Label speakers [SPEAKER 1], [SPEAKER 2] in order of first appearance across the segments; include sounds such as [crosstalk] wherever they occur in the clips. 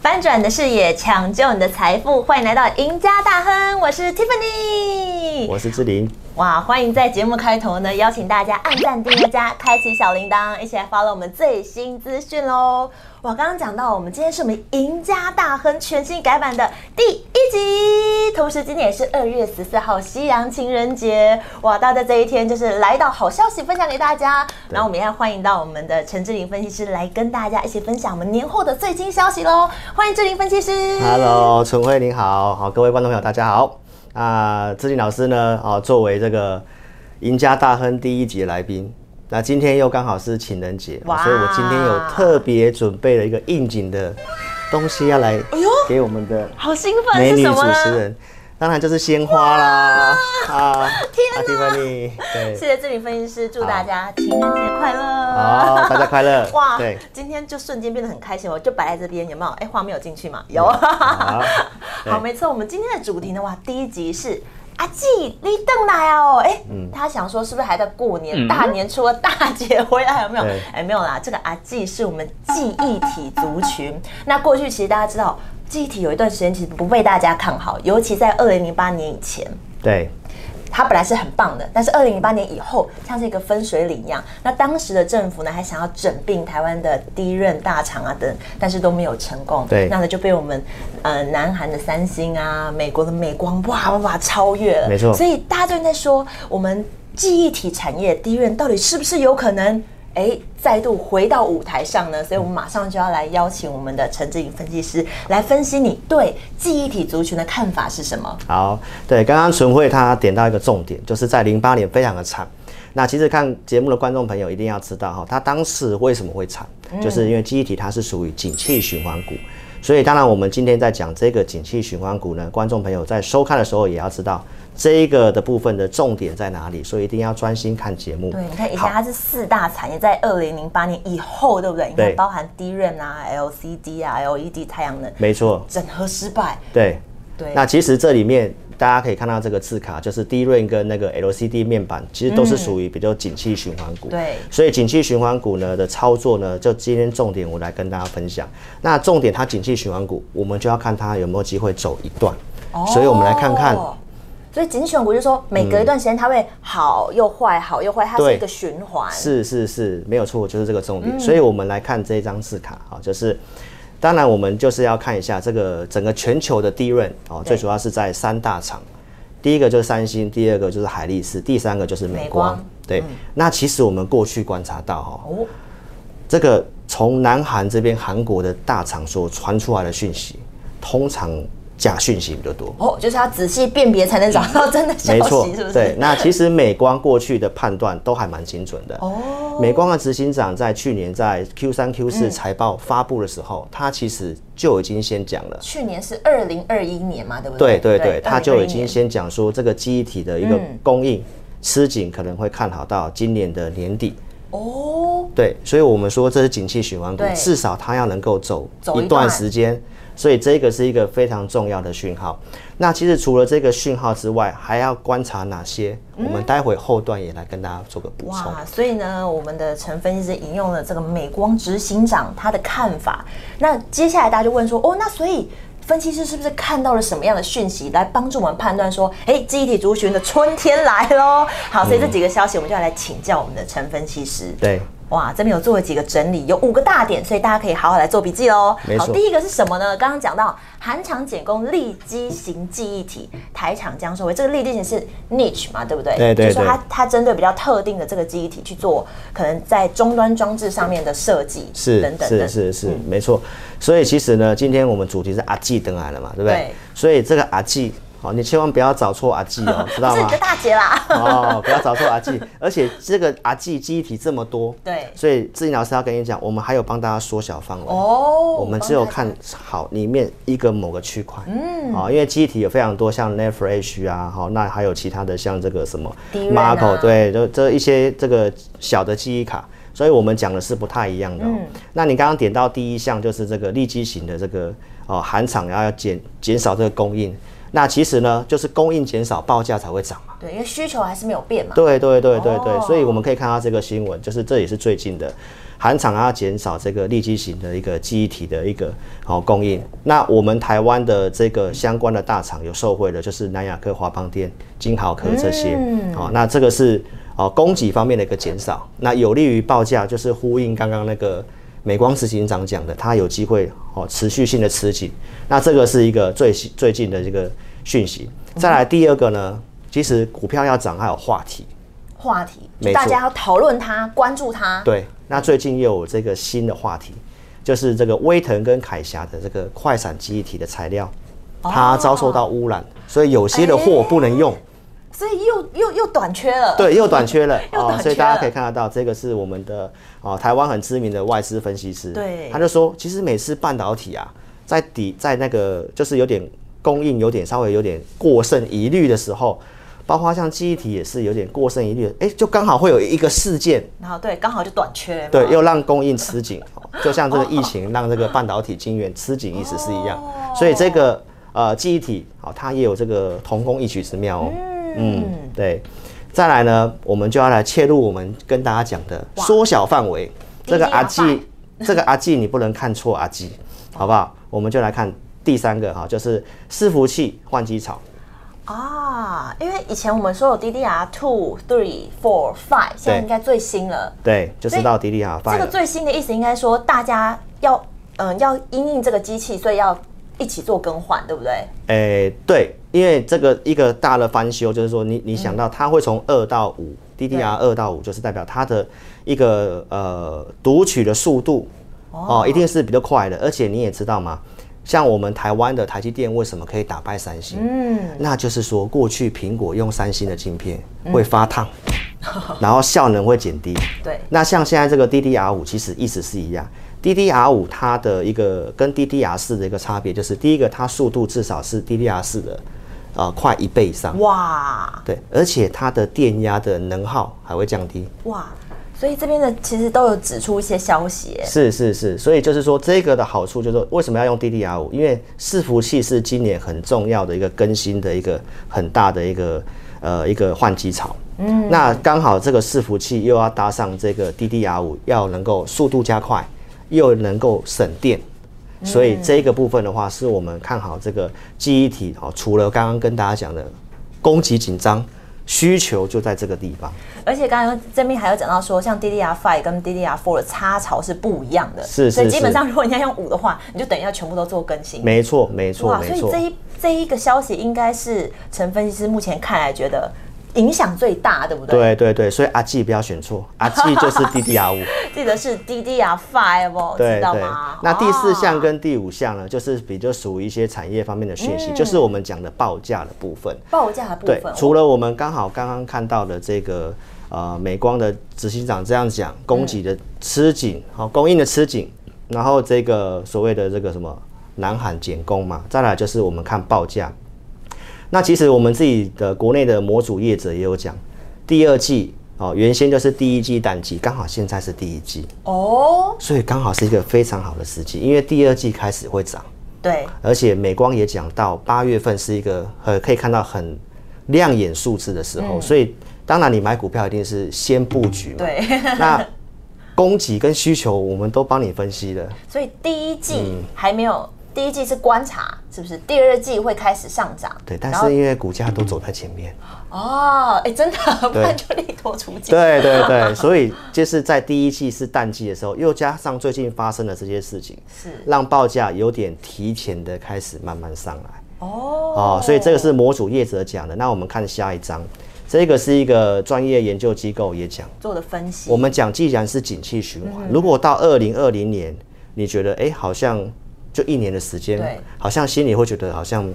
[SPEAKER 1] 翻转你的视野，抢救你的财富。欢迎来到赢家大亨，我是 Tiffany。
[SPEAKER 2] 我是志玲，
[SPEAKER 1] 哇，欢迎在节目开头呢，邀请大家按赞、订阅加开启小铃铛，一起来 follow 我们最新资讯喽。哇，刚刚讲到，我们今天是我们赢家大亨全新改版的第一集，同时今天也是二月十四号西洋情人节。哇，大家在这一天就是来到好消息分享给大家，然后我们也要欢迎到我们的陈志玲分析师来跟大家一起分享我们年后的最新消息喽。欢迎志玲分析师。
[SPEAKER 2] Hello，纯慧您好，好各位观众朋友大家好。那志玲老师呢？哦，作为这个赢家大亨第一集的来宾，那今天又刚好是情人节，
[SPEAKER 1] 哇
[SPEAKER 2] 哦所以我今天有特别准备了一个应景的东西要来
[SPEAKER 1] 哎呦
[SPEAKER 2] 给我们的
[SPEAKER 1] 好兴奋
[SPEAKER 2] 美
[SPEAKER 1] 是
[SPEAKER 2] 女
[SPEAKER 1] 什
[SPEAKER 2] 主
[SPEAKER 1] 么呢？
[SPEAKER 2] 持人，当然就是鲜花啦啊，
[SPEAKER 1] 天
[SPEAKER 2] 蒂芬妮，对，
[SPEAKER 1] 谢谢志玲分析师，祝大家情人节快乐！，
[SPEAKER 2] 好，大家快乐
[SPEAKER 1] 哇
[SPEAKER 2] 对，，
[SPEAKER 1] 今天就瞬间变得很开心，我就摆在这边，有没有？哎，画面有进去吗？有。 [laughs]
[SPEAKER 2] 好，对
[SPEAKER 1] 好，没错，我们今天的主题呢，哇，第一集是。阿季，你邓来哦！哎、
[SPEAKER 2] 嗯
[SPEAKER 1] 他想说是不是还在过年？大年初了，大姐回来有没有
[SPEAKER 2] 对？
[SPEAKER 1] 哎，没有啦，这个阿季是我们记忆体族群。那过去其实大家知道，记忆体有一段时间其实不被大家看好，尤其在二零零八年以前。
[SPEAKER 2] 对，
[SPEAKER 1] 它本来是很棒的，但是二零零八年以后，像是一个分水岭一样。那当时的政府呢，还想要整并台湾的第一任大厂啊等，但是都没有成功。
[SPEAKER 2] 对
[SPEAKER 1] 那呢就被我们呃南韩的三星啊，美国的美光哇哇哇超越了。
[SPEAKER 2] 没错
[SPEAKER 1] 所以大家就在说，我们记忆体产业第一任到底是不是有可能？哎，再度回到舞台上呢，所以我们马上就要来邀请我们的陈志颖分析师来分析你对记忆体族群的看法是什么？
[SPEAKER 2] 好，对，刚刚纯慧她点到一个重点，就是在零八年非常的惨。那其实看节目的观众朋友一定要知道哈，它当时为什么会惨，
[SPEAKER 1] 嗯
[SPEAKER 2] 就是因为记忆体它是属于景气循环股，所以当然我们今天在讲这个景气循环股呢，观众朋友在收看的时候也要知道这一个的部分的重点在哪里，所以一定要专心看节目。
[SPEAKER 1] 对，你看以前
[SPEAKER 2] 好
[SPEAKER 1] 它是四大产业，在二零零八年以后，对不对？你看
[SPEAKER 2] 对
[SPEAKER 1] 包含 DRAM 啊、LCD 啊、LED 太阳能，
[SPEAKER 2] 没错，
[SPEAKER 1] 整合失败。
[SPEAKER 2] 对，
[SPEAKER 1] 对，
[SPEAKER 2] 那其实这里面大家可以看到这个字卡，就是 D 润跟那个 LCD 面板，其实都是属于比较景气循环股。
[SPEAKER 1] 嗯对
[SPEAKER 2] 所以景气循环股呢的操作呢，就今天重点我来跟大家分享。那重点它景气循环股，我们就要看它有没有机会走一段。
[SPEAKER 1] 哦
[SPEAKER 2] 所以我们来看看。
[SPEAKER 1] 所以景选股就是说，每隔一段时间它会好又坏，好又坏，它是
[SPEAKER 2] 对
[SPEAKER 1] 一个循环。
[SPEAKER 2] 是是是，没有错，就是这个重点。所以我们来看这一张字卡啊，就是。当然，我们就是要看一下这个整个全球的 D 润哦，最主要是在三大厂，第一个就是三星，第二个就是海力士，第三个就是美
[SPEAKER 1] 美
[SPEAKER 2] 光。
[SPEAKER 1] 光
[SPEAKER 2] 对，那其实我们过去观察到哈、哦，
[SPEAKER 1] 哦，
[SPEAKER 2] 这个从南韩这边韩国的大厂所传出来的讯息，通常假讯息比较多。
[SPEAKER 1] 哦，就是要仔细辨别才能找到真的消
[SPEAKER 2] 没错
[SPEAKER 1] 息，是不，是？
[SPEAKER 2] 对。那其实美光过去的判断都还蛮精准的。
[SPEAKER 1] 哦，
[SPEAKER 2] 美光的执行长在去年在 Q 三 Q 四财报发布的时候，他其实就已经先讲了。
[SPEAKER 1] 去年是二零二一年嘛，对不
[SPEAKER 2] 对
[SPEAKER 1] 对？嗯
[SPEAKER 2] 对对，他就已
[SPEAKER 1] 2021
[SPEAKER 2] 经
[SPEAKER 1] 年
[SPEAKER 2] 先讲说这个记忆体的一个供应吃紧，可能会看好到今年的年底。
[SPEAKER 1] 哦，
[SPEAKER 2] 对，所以我们说这是景气循环股
[SPEAKER 1] 对，
[SPEAKER 2] 至少它要能够走
[SPEAKER 1] 走一
[SPEAKER 2] 一
[SPEAKER 1] 段
[SPEAKER 2] 段时间，所以这个是一个非常重要的讯号。那其实除了这个讯号之外，还要观察哪些？我们待会后段也来跟大家做个补充。
[SPEAKER 1] 嗯哇，所以呢，我们的陈分析师引用了这个美光执行长他的看法。那接下来大家就问说，哦，那所以分析师是不是看到了什么样的讯息来帮助我们判断说，哎，记忆体族群的春天来喽？好，所以这几个消息我们就要来请教我们的陈分析师。
[SPEAKER 2] 对。
[SPEAKER 1] 哇，这边有做了几个整理，有五个大点，所以大家可以好好来做笔记喽。
[SPEAKER 2] 没
[SPEAKER 1] 好，
[SPEAKER 2] 错
[SPEAKER 1] 第一个是什么呢？刚刚讲到韩厂简工立基型记忆体，台厂将收回。这个立基型是 niche 嘛，对不对？
[SPEAKER 2] 对对
[SPEAKER 1] 就是说
[SPEAKER 2] 对
[SPEAKER 1] 它它针对比较特定的这个记忆体去做，可能在终端装置上面的设计，
[SPEAKER 2] 是
[SPEAKER 1] 等等嗯
[SPEAKER 2] 是
[SPEAKER 1] 等。
[SPEAKER 2] 是是，没错。所以其实呢，今天我们主题是阿季登来了嘛，对不对？
[SPEAKER 1] 对
[SPEAKER 2] 所以这个阿季，好、你千万不要找错阿季
[SPEAKER 1] [laughs]
[SPEAKER 2] 哦，知道
[SPEAKER 1] 不是你
[SPEAKER 2] 吗
[SPEAKER 1] 的？大姐啦。
[SPEAKER 2] 哦，不要找错阿季，而且这个阿季记忆体这么多，
[SPEAKER 1] [laughs] 对
[SPEAKER 2] 所以志颖老师要跟你讲，我们还有帮大家缩小范围。
[SPEAKER 1] 哦，
[SPEAKER 2] 我们只有看好里面一个某个区块，嗯，啊、因为记忆体有非常多，像 n e t f r e s h 啊，好、那还有其他的像这个什么
[SPEAKER 1] DRAM 啊
[SPEAKER 2] Marco，对，就这一些这个小的记忆卡，所以我们讲的是不太一样的、哦。那你刚刚点到第一项就是这个立基型的这个哦，韩厂要减减少这个供应。那其实呢，就是供应减少，报价才会涨嘛。
[SPEAKER 1] 对，因为需求还是没有变嘛。
[SPEAKER 2] 对对对对对，
[SPEAKER 1] 哦
[SPEAKER 2] 所以我们可以看到这个新闻，就是这也是最近的，韩厂它要减少这个立基型的一个记忆体的一个哦供应。那我们台湾的这个相关的大厂有受惠的，就是南亚科、华邦电、金豪科这些。
[SPEAKER 1] 嗯
[SPEAKER 2] 哦，那这个是哦供给方面的一个减少，那有利于报价，就是呼应刚刚那个。美光执行长讲的，它有机会哦持续性的吃紧，那这个是一个最新最近的这个讯息。再来第二个呢，其实股票要涨还有话题，
[SPEAKER 1] 嗯话题，
[SPEAKER 2] 没错
[SPEAKER 1] 大家要讨论它，关注它。
[SPEAKER 2] 对，那最近又有这个新的话题，就是这个威腾跟凯霞的这个快闪记忆体的材料，
[SPEAKER 1] 哦
[SPEAKER 2] 它遭受到污染，所以有些的货不能用，
[SPEAKER 1] 所以又又又短缺了。，
[SPEAKER 2] 对，又短缺了
[SPEAKER 1] 哎 [laughs]
[SPEAKER 2] 哦
[SPEAKER 1] 又短缺了
[SPEAKER 2] 所以大家可以看得到，这个是我们的啊、哦台湾很知名的外资分析师，
[SPEAKER 1] 对
[SPEAKER 2] 他就说，其实每次半导体啊，在底在那个就是有点供应有点稍微有点过剩疑虑的时候。包括像记忆体也是有点过剩疑虑，哎、就刚好会有一个事件，
[SPEAKER 1] 然后对，刚好就短缺。
[SPEAKER 2] 对，，又让供应吃紧，哦就像这个疫
[SPEAKER 1] 哦
[SPEAKER 2] 情让这个半导体晶圆吃紧意思是一样，所以这个呃记忆体好、它也有这个同工异曲之妙哦。嗯，对。再来呢，我们就要来切入我们跟大家讲的缩小范围，这个阿
[SPEAKER 1] DDR5
[SPEAKER 2] 记， [laughs] 这个阿记你不能看错阿记，好不好？我们就来看第三个哈、就是伺服器换机潮。
[SPEAKER 1] 啊，因为以前我们说有 DDR two、three、four、five，现在应该最新了。
[SPEAKER 2] 对，就
[SPEAKER 1] 所
[SPEAKER 2] 是
[SPEAKER 1] 以
[SPEAKER 2] 到 DDR5
[SPEAKER 1] 哎这个
[SPEAKER 2] 了。
[SPEAKER 1] 最新的意思应该说，大家要嗯、要因应这个机器，所以要一起做更换，对不对？
[SPEAKER 2] 诶、对，因为这个一个大的翻修，就是说你你想到它会从二到五、DDR 二到五，就是代表它的一个呃读取的速度哦一定是比较快的。而且你也知道嘛，像我们台湾的台积电为什么可以打败三星？嗯，那就是说过去苹果用三星的晶片会发 [laughs] 烫，然后效能会减低。
[SPEAKER 1] 对，
[SPEAKER 2] 那像现在这个 DDR 五，其实意思是一样。DDR 五它的一个跟 DDR 四的一个差别，就是第一个它速度至少是 DDR 四的呃快一倍以上，
[SPEAKER 1] 哇
[SPEAKER 2] 对，而且它的电压的能耗还会降低。
[SPEAKER 1] 哇，所以这边的其实都有指出一些消息耶。
[SPEAKER 2] 是是是，所以就是说这个的好处就是说为什么要用 DDR 五？因为伺服器是今年很重要的一个更新的一个很大的一个呃一个换机潮。嗯，那刚好这个伺服器又要搭上这个 DDR 五，要能够速度加快，又能够省电。所
[SPEAKER 1] 嗯
[SPEAKER 2] 以这个部分的话，是我们看好这个记忆体哦。除了刚刚跟大家讲的供给紧张，需求就在这个地方。
[SPEAKER 1] 而且刚才这边还有讲到说，像 DDR five 跟 DDR four 的插槽是不一样的，
[SPEAKER 2] 是是
[SPEAKER 1] 所以基本
[SPEAKER 2] 是
[SPEAKER 1] 上如果你要用五的话，你就等于要全部都做更新。
[SPEAKER 2] 没错，没错，
[SPEAKER 1] 哇，
[SPEAKER 2] 没
[SPEAKER 1] 所
[SPEAKER 2] 错。
[SPEAKER 1] 以这一这一个消息应该是陈分析师目前看来觉得影响最大，对不对？，
[SPEAKER 2] 对对对，所以阿纪不要
[SPEAKER 1] [laughs]
[SPEAKER 2] 选错，阿纪就是 DDR 五，
[SPEAKER 1] 记得是 DDR five 哦，
[SPEAKER 2] 对
[SPEAKER 1] 知道
[SPEAKER 2] 对
[SPEAKER 1] 吗？。
[SPEAKER 2] 那第四项
[SPEAKER 1] 哦
[SPEAKER 2] 跟第五项呢，就是比较属于一些产业方面的讯
[SPEAKER 1] 嗯
[SPEAKER 2] 息，就是我们讲的报价的部分。
[SPEAKER 1] 报价的部
[SPEAKER 2] 对
[SPEAKER 1] 分，，
[SPEAKER 2] 除了我们刚好刚刚看到的这个呃美光的执行长这样讲，供给
[SPEAKER 1] 嗯
[SPEAKER 2] 的吃紧，好、供应的吃紧，然后这个所谓的这个什么南韩减工嘛，再来就是我们看报价。那其实我们自己的国内的模组业者也有讲，第二季哦，原先就是第一季淡季，刚好现在是第一季，
[SPEAKER 1] 哦，
[SPEAKER 2] 所以刚好是一个非常好的时机，因为第二季开始会涨。
[SPEAKER 1] 对，
[SPEAKER 2] 而且美光也讲到，八月份是一个呃可以看到很亮眼数字的时候，
[SPEAKER 1] 嗯
[SPEAKER 2] 所以当然你买股票一定是先布局嘛。
[SPEAKER 1] 对， [laughs]
[SPEAKER 2] 那供给跟需求我们都帮你分析了，
[SPEAKER 1] 所以第一
[SPEAKER 2] 嗯
[SPEAKER 1] 季还没有，第一季是观察，是不是？第二季会开始上涨，
[SPEAKER 2] 对，但
[SPEAKER 1] 然后
[SPEAKER 2] 是因为股价都走在前面，
[SPEAKER 1] 哦，哎，真的，不
[SPEAKER 2] 对
[SPEAKER 1] 然就利多出尽。
[SPEAKER 2] 对对
[SPEAKER 1] [laughs]
[SPEAKER 2] 对，所以就是在第一季是淡季的时候，又加上最近发生的这些事情，
[SPEAKER 1] 是
[SPEAKER 2] 让报价有点提前的开始慢慢上来。
[SPEAKER 1] 哦
[SPEAKER 2] 哦，所以这个是模组业者讲的。那我们看下一章，这个是一个专业研究机构也讲。
[SPEAKER 1] 做的分析
[SPEAKER 2] 我，们讲，既然是景气循环，如果到二零二零年，你觉得哎、诶好像就一年的时
[SPEAKER 1] 对
[SPEAKER 2] 间，好像心里会觉得好像嗯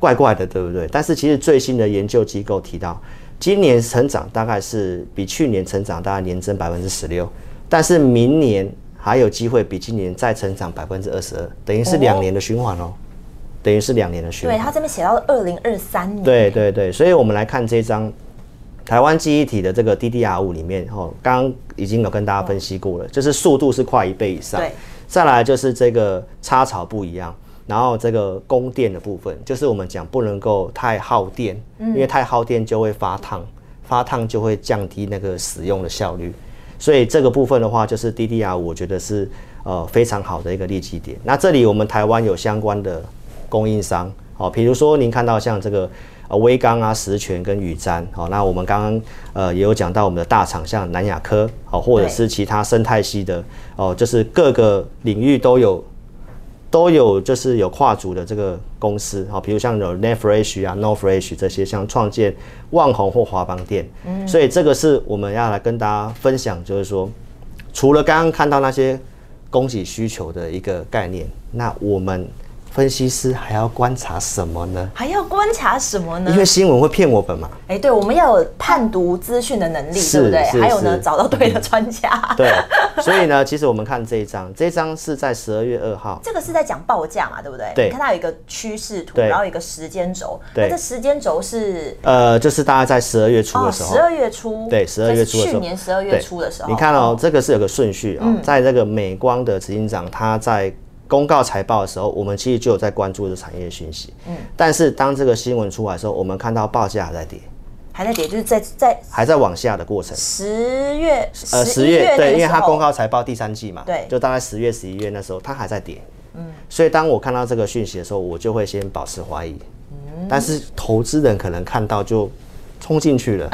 [SPEAKER 2] 怪怪的，对不对？但是其实最新的研究机构提到，今年成长大概是比去年成长大概年增百分之十六，但是明年还有机会比今年再成长百分之二十二，等于是两年的循环哦，等于是两年的循
[SPEAKER 1] 对
[SPEAKER 2] 环。
[SPEAKER 1] 他这边写到二零二三年，
[SPEAKER 2] 对对对，所以我们来看这张台湾记忆体的这个 DDR 五里面，哦，刚刚已经有跟大家分析过了，就是速度是快一倍以上
[SPEAKER 1] 对，
[SPEAKER 2] 再来就是这个插槽不一样。然后这个供电的部分，就是我们讲不能够太耗电，因为太耗电就会发烫，发烫就会降低那个使用的效率。所以这个部分的话，就是 DDR 我觉得是呃非常好的一个利基点。那这里我们台湾有相关的供应商，好、比如说您看到像这个呃威刚啊、石泉跟宇瞻，好、那我们刚刚呃也有讲到我们的大厂，像南亚科，好、或者
[SPEAKER 1] 对
[SPEAKER 2] 是其他生态系的，哦、就是各个领域都有都有就是有跨足的这个公司啊，比如像有 Netfresh 啊、NoFresh 这些，像创建、万宏或华邦店，所以这个是我们要来跟大家分享，就是说，除了刚刚看到那些供给需求的一个概念，那我们分析师还要观察什么呢？
[SPEAKER 1] 还要观察什么呢
[SPEAKER 2] 因？为新闻会骗我们嘛，
[SPEAKER 1] 哎、对，我们要有判读资讯的能力，
[SPEAKER 2] 是
[SPEAKER 1] 对不对？
[SPEAKER 2] 是
[SPEAKER 1] 还有呢，
[SPEAKER 2] 是嗯
[SPEAKER 1] 找到对的专家。 [laughs]
[SPEAKER 2] 对，所以呢，其实我们看这一张，这一张是在十二月二号，
[SPEAKER 1] 这个是在讲报价嘛，对不对？
[SPEAKER 2] 对
[SPEAKER 1] 你看它有一个趋势图，
[SPEAKER 2] 对
[SPEAKER 1] 然后有一个时间轴。
[SPEAKER 2] 对
[SPEAKER 1] 那这时间轴是哦
[SPEAKER 2] 呃，就是大概在十二月初的时候，
[SPEAKER 1] 十二月初，
[SPEAKER 2] 对，十二月初
[SPEAKER 1] 所以
[SPEAKER 2] 的
[SPEAKER 1] 是
[SPEAKER 2] 时候，
[SPEAKER 1] 去年十二月
[SPEAKER 2] 对
[SPEAKER 1] 初的时候，嗯
[SPEAKER 2] 你看哦，这个是有个顺序啊、在这个美光的执行长他在公告财报的时候，我们其实就有在关注这产业讯息。嗯，但是当这个新闻出来的时候，我们看到报价还在跌，
[SPEAKER 1] 还在跌，就是在在
[SPEAKER 2] 还在往下的过程。
[SPEAKER 1] 十月
[SPEAKER 2] 呃，
[SPEAKER 1] 十
[SPEAKER 2] 十
[SPEAKER 1] 一
[SPEAKER 2] 月
[SPEAKER 1] 月
[SPEAKER 2] 对，因为
[SPEAKER 1] 那个时
[SPEAKER 2] 它
[SPEAKER 1] 候
[SPEAKER 2] 公告财报第三季嘛，
[SPEAKER 1] 对
[SPEAKER 2] 就大概十月、十一月那时候，它还在跌。嗯，所以当我看到这个讯息的时候，我就会先保持怀疑。
[SPEAKER 1] 嗯
[SPEAKER 2] 但是投资人可能看到就冲进
[SPEAKER 1] [laughs]
[SPEAKER 2] 去了，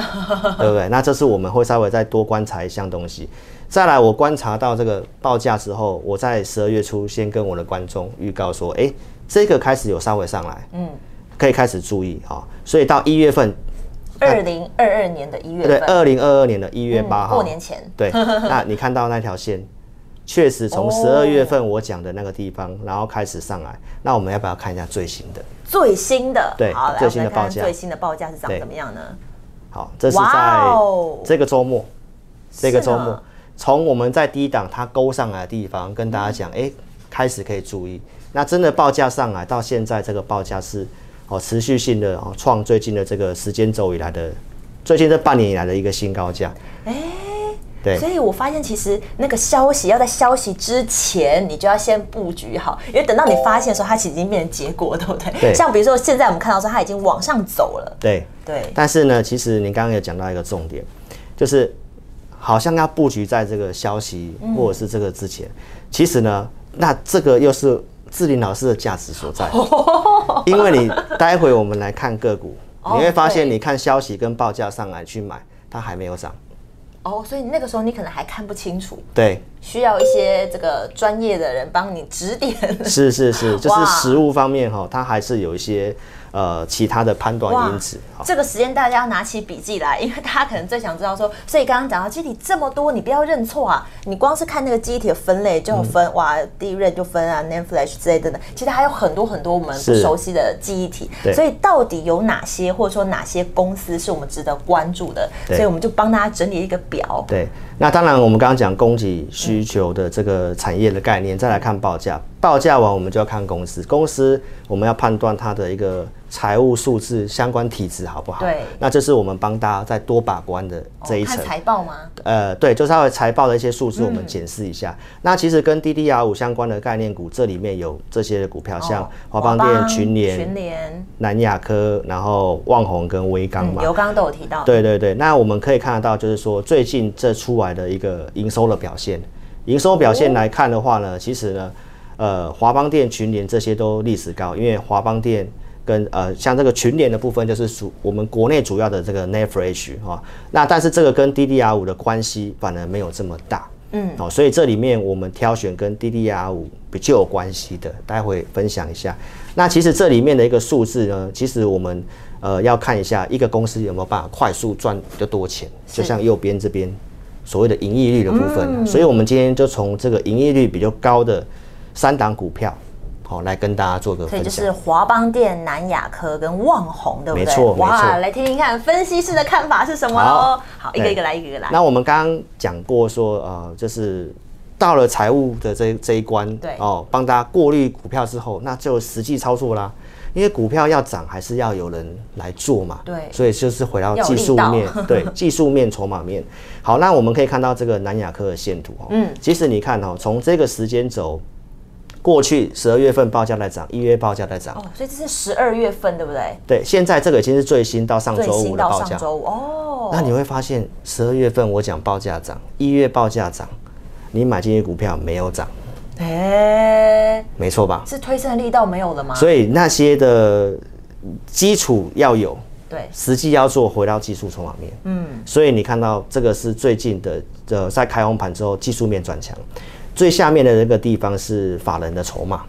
[SPEAKER 2] 对不对？那这是我们会稍微再多观察一项东西。再来，我观察到这个报价之后，我在十二月初先跟我的观众预告说，哎，这个开始有稍微上来，嗯，可以开始注意啊、所以到一月份，
[SPEAKER 1] 二零二二年的一月
[SPEAKER 2] 对，
[SPEAKER 1] 份，
[SPEAKER 2] 二零二二年的一月
[SPEAKER 1] 嗯
[SPEAKER 2] 八号、
[SPEAKER 1] 过年前， [laughs]
[SPEAKER 2] 对，那你看到那条线，确实从十
[SPEAKER 1] 哦
[SPEAKER 2] 二月份我讲的那个地方，然后开始上来。那我们要不要看一下最新的？
[SPEAKER 1] 最新的
[SPEAKER 2] 对
[SPEAKER 1] 好，来
[SPEAKER 2] 最新的
[SPEAKER 1] 我们来看
[SPEAKER 2] 报价
[SPEAKER 1] 最新的报价是长
[SPEAKER 2] 对
[SPEAKER 1] 怎么样呢？
[SPEAKER 2] 好，这是
[SPEAKER 1] 哇
[SPEAKER 2] 在
[SPEAKER 1] 哦
[SPEAKER 2] 这个周末，这个
[SPEAKER 1] 是啊
[SPEAKER 2] 周
[SPEAKER 1] 呢
[SPEAKER 2] 末，从我们在低档它勾上来的地方跟大家讲，
[SPEAKER 1] 嗯
[SPEAKER 2] 哎、开始可以注意。那真的报价上来到现在，这个报价是哦持续性的哦创最近的这个时间轴以来的最近这半年以来的一个新高价。哎、
[SPEAKER 1] 所
[SPEAKER 2] 对，
[SPEAKER 1] 以我发现其实那个消息要在消息之前，你就要先布局好，因为等到你发现的时候，它其实已经变成结果，对不对？
[SPEAKER 2] 对
[SPEAKER 1] 像比如说现在我们看到说它已经往上走了，
[SPEAKER 2] 对。
[SPEAKER 1] 对，
[SPEAKER 2] 但是呢，其实您刚刚有讲到一个重点，就是好像要布局在这个消息或者是这个之前，其实呢，那这个又是志玲老师的价值所在， [laughs] 因为你待会我们来看个股，
[SPEAKER 1] 哦
[SPEAKER 2] 你会发现
[SPEAKER 1] 对
[SPEAKER 2] 你看消息跟报价上来去买，它还没有涨，
[SPEAKER 1] 哦，所以那个时候你可能还看不清楚，
[SPEAKER 2] 对，
[SPEAKER 1] 需要一些这个专业的人帮你指点。
[SPEAKER 2] 是是是，就
[SPEAKER 1] 哇
[SPEAKER 2] 是实物方面哈，它还是有一些呃其他的判断因子。好
[SPEAKER 1] 这个时间大家要拿起笔记来，因为大家可能最想知道说， [laughs] 所以刚刚讲到机体这么多，你不要认错啊！你光是看那个机体的分类就有分、
[SPEAKER 2] 嗯
[SPEAKER 1] 哇，第一类就分啊 n a m e Flash 之类的呢，其实还有很多很多我们不
[SPEAKER 2] 是
[SPEAKER 1] 熟悉的记忆体。
[SPEAKER 2] 对
[SPEAKER 1] 所以到底有哪些，或者说哪些公司是我们值得关注的？
[SPEAKER 2] 对
[SPEAKER 1] 所以我们就帮大家整理一个表。
[SPEAKER 2] 对，那当然，我们刚刚讲供给需求的这个产业的概念，再来看报价。报价完，我们就要看公司。公司我们要判断它的一个财务数字相关体质好不好？
[SPEAKER 1] 对
[SPEAKER 2] 那这是我们帮大家再多把关的这一
[SPEAKER 1] 哦嗯
[SPEAKER 2] 层
[SPEAKER 1] 看。财报吗？
[SPEAKER 2] 呃，对，就是它的财报的一些数字，我们检视一下。那其实跟 DDR 五相关的概念股，这里面有这些股票，像华邦电、群
[SPEAKER 1] 哦群
[SPEAKER 2] 联、
[SPEAKER 1] 联，
[SPEAKER 2] 南亚科，然后旺宏跟威刚
[SPEAKER 1] 嗯，
[SPEAKER 2] 嘛。
[SPEAKER 1] 刘刚刚都有提到。
[SPEAKER 2] 对对对，那我们可以看得到，就是说最近这出来的一个营收的表现，营收表现来看的话呢，其实呢，呃，华邦电、群联这些都历史高，因为华邦电跟呃像这个群联的部分，就是属我们国内主要的这个 Netfresh 哈、那但是这个跟 DDR 五的关系反而没有这么大。嗯，好、所以这里面我们挑选跟 DDR 五比较有关系的，待会分享一下。那其实这里面的一个数字呢，其实我们呃要看一下一个公司有没有办法快速赚比较多钱，就像右边这边所谓的盈利率的部分。啊
[SPEAKER 1] 嗯
[SPEAKER 2] 所以我们今天就从这个盈利率比较高的三档股票，好、来跟大家做个
[SPEAKER 1] 所以
[SPEAKER 2] 分
[SPEAKER 1] 就
[SPEAKER 2] 享
[SPEAKER 1] 是。华邦店、南亚科跟旺宏，对不对？
[SPEAKER 2] 没错没
[SPEAKER 1] 哇，
[SPEAKER 2] 错
[SPEAKER 1] 来听听看分析师的看法是什么喽
[SPEAKER 2] 好？
[SPEAKER 1] 好，一个
[SPEAKER 2] 对
[SPEAKER 1] 一个来，一个一个来。
[SPEAKER 2] 那我们刚刚讲过说，呃，就是到了财务的这这一关，
[SPEAKER 1] 对
[SPEAKER 2] 哦，帮大家过滤股票之后，那就实际操作啦。因为股票要涨，还是要有人来做嘛，
[SPEAKER 1] 对
[SPEAKER 2] 所以就是回到
[SPEAKER 1] 要有
[SPEAKER 2] 技
[SPEAKER 1] 力
[SPEAKER 2] 术
[SPEAKER 1] 道
[SPEAKER 2] 面，
[SPEAKER 1] [laughs]
[SPEAKER 2] 对，技术面、筹码面。好，那我们可以看到这个南亚科的线图哦，嗯，其实你看哦，从这个时间轴过去十二月份报价在涨，一月报价在涨。
[SPEAKER 1] 哦，所以这是十二月份，对不对？
[SPEAKER 2] 对，现在这个已经是最新到上
[SPEAKER 1] 最
[SPEAKER 2] 周
[SPEAKER 1] 新
[SPEAKER 2] 五的报
[SPEAKER 1] 到
[SPEAKER 2] 价
[SPEAKER 1] 上。周五哦，
[SPEAKER 2] 那你会发现，十二月份我讲报价涨，一月报价涨，你买进去股票没有涨，
[SPEAKER 1] 哎，
[SPEAKER 2] 没错吧？
[SPEAKER 1] 是推升的力道没有了吗？
[SPEAKER 2] 所以那些的基础要有，
[SPEAKER 1] 对，
[SPEAKER 2] 实际要做回到技术筹码面。嗯，所以你看到这个是最近的，呃，在开红盘之后技术面转强，最下面的那个地方是法人的筹码。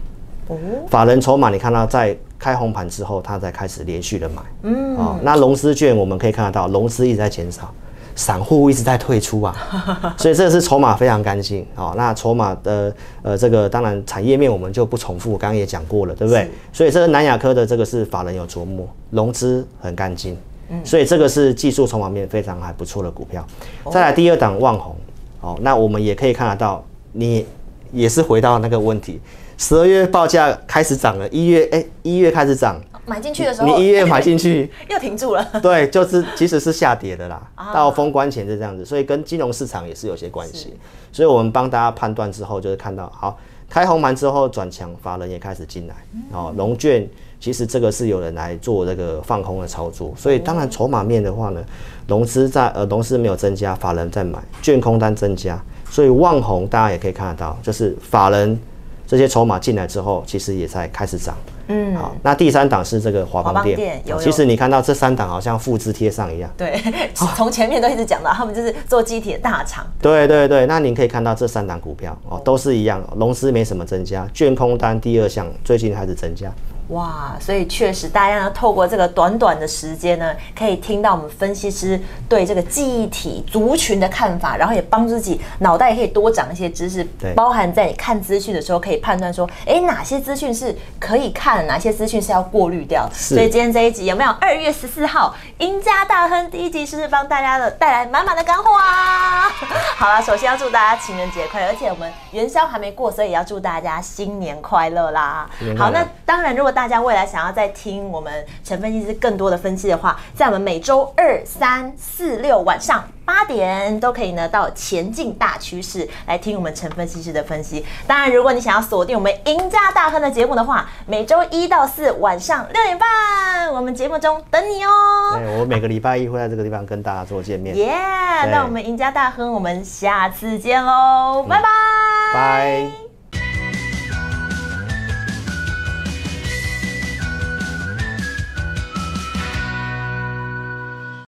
[SPEAKER 1] 哦，
[SPEAKER 2] 法人筹码，你看到在开红盘之后，它才开始连续的买。嗯，哦，那融资券我们可以看得到，融资一直在减少，散户一直在退出
[SPEAKER 1] [laughs]
[SPEAKER 2] 啊，所以这是筹码非常干净。哦，那筹码的呃这个当然产业面我们就不重复，刚刚也讲过了，对不对？所以这个南亚科的这个是法人有琢磨，融资很干净。
[SPEAKER 1] 嗯
[SPEAKER 2] 所以这个是技术筹码面非常还不错的股票。
[SPEAKER 1] 哦
[SPEAKER 2] 再来第二档万红，哦，那我们也可以看得到，你也是回到那个问题，十二月报价开始涨了，一月哎一、月开始涨，
[SPEAKER 1] 买进去的时候，
[SPEAKER 2] 你一月买进去，
[SPEAKER 1] [laughs] 又停住了。
[SPEAKER 2] 对，就是其实是下跌的啦，
[SPEAKER 1] 啊
[SPEAKER 2] 到封关前是这样子，所以跟金融市场也是有些关系。所以我们帮大家判断之后，就是看到好开红盘之后转强，法人也开始进来，哦，龙券其实这个是有人来做这个放空的操
[SPEAKER 1] 哦
[SPEAKER 2] 作，所以当然筹码面的话呢，融资在呃融资没有增加，法人在买，券空单增加，所以望红大家也可以看得到，就是法人。这些筹码进来之后，其实也在开始涨。嗯，好，那第三档是这个华
[SPEAKER 1] 华
[SPEAKER 2] 邦
[SPEAKER 1] 邦
[SPEAKER 2] 店。
[SPEAKER 1] 店有
[SPEAKER 2] 哦
[SPEAKER 1] 有
[SPEAKER 2] 其实你看到这三档好像复制贴上一样。
[SPEAKER 1] 对，
[SPEAKER 2] 啊
[SPEAKER 1] 从前面都一直讲到，他们就是做机体的大厂，
[SPEAKER 2] 对对对，那您可以看到这三档股票哦，都是一样，融资没什么增加，券空单第二项最近开始增加。
[SPEAKER 1] 哇，所以确实大家呢，透过这个短短的时间呢，可以听到我们分析师对这个记忆体族群的看法，然后也帮助自己脑袋也可以多长一些知识
[SPEAKER 2] 对，
[SPEAKER 1] 包含在你看资讯的时候可以判断说，哎，哪些资讯是可以看，哪些资讯是要过滤掉。
[SPEAKER 2] 是
[SPEAKER 1] 所以今天这一集有没有二月十四号赢家大亨第一集，是不是帮大家的带来满满的干货啊？ [laughs] 好了，首先要祝大家情人节快乐，而且我们元宵还没过，所以也要祝大家新年快乐啦
[SPEAKER 2] 年！快乐
[SPEAKER 1] 好，那当然，如果大家未来想要再听我们陈分析师更多的分析的话，在我们每周二、三、四、六晚上八点都可以呢到前进大趋势来听我们陈分析师的分析。当然，如果你想要锁定我们赢家大亨的节目的话，每周一到四晚上六点半，我们节目中等你哦。
[SPEAKER 2] 对，哎我每个礼拜一会在这个地方跟大家做见面。
[SPEAKER 1] 耶、
[SPEAKER 2] 对
[SPEAKER 1] 那我们赢家大亨，我们下次见喽，拜拜。
[SPEAKER 2] 拜。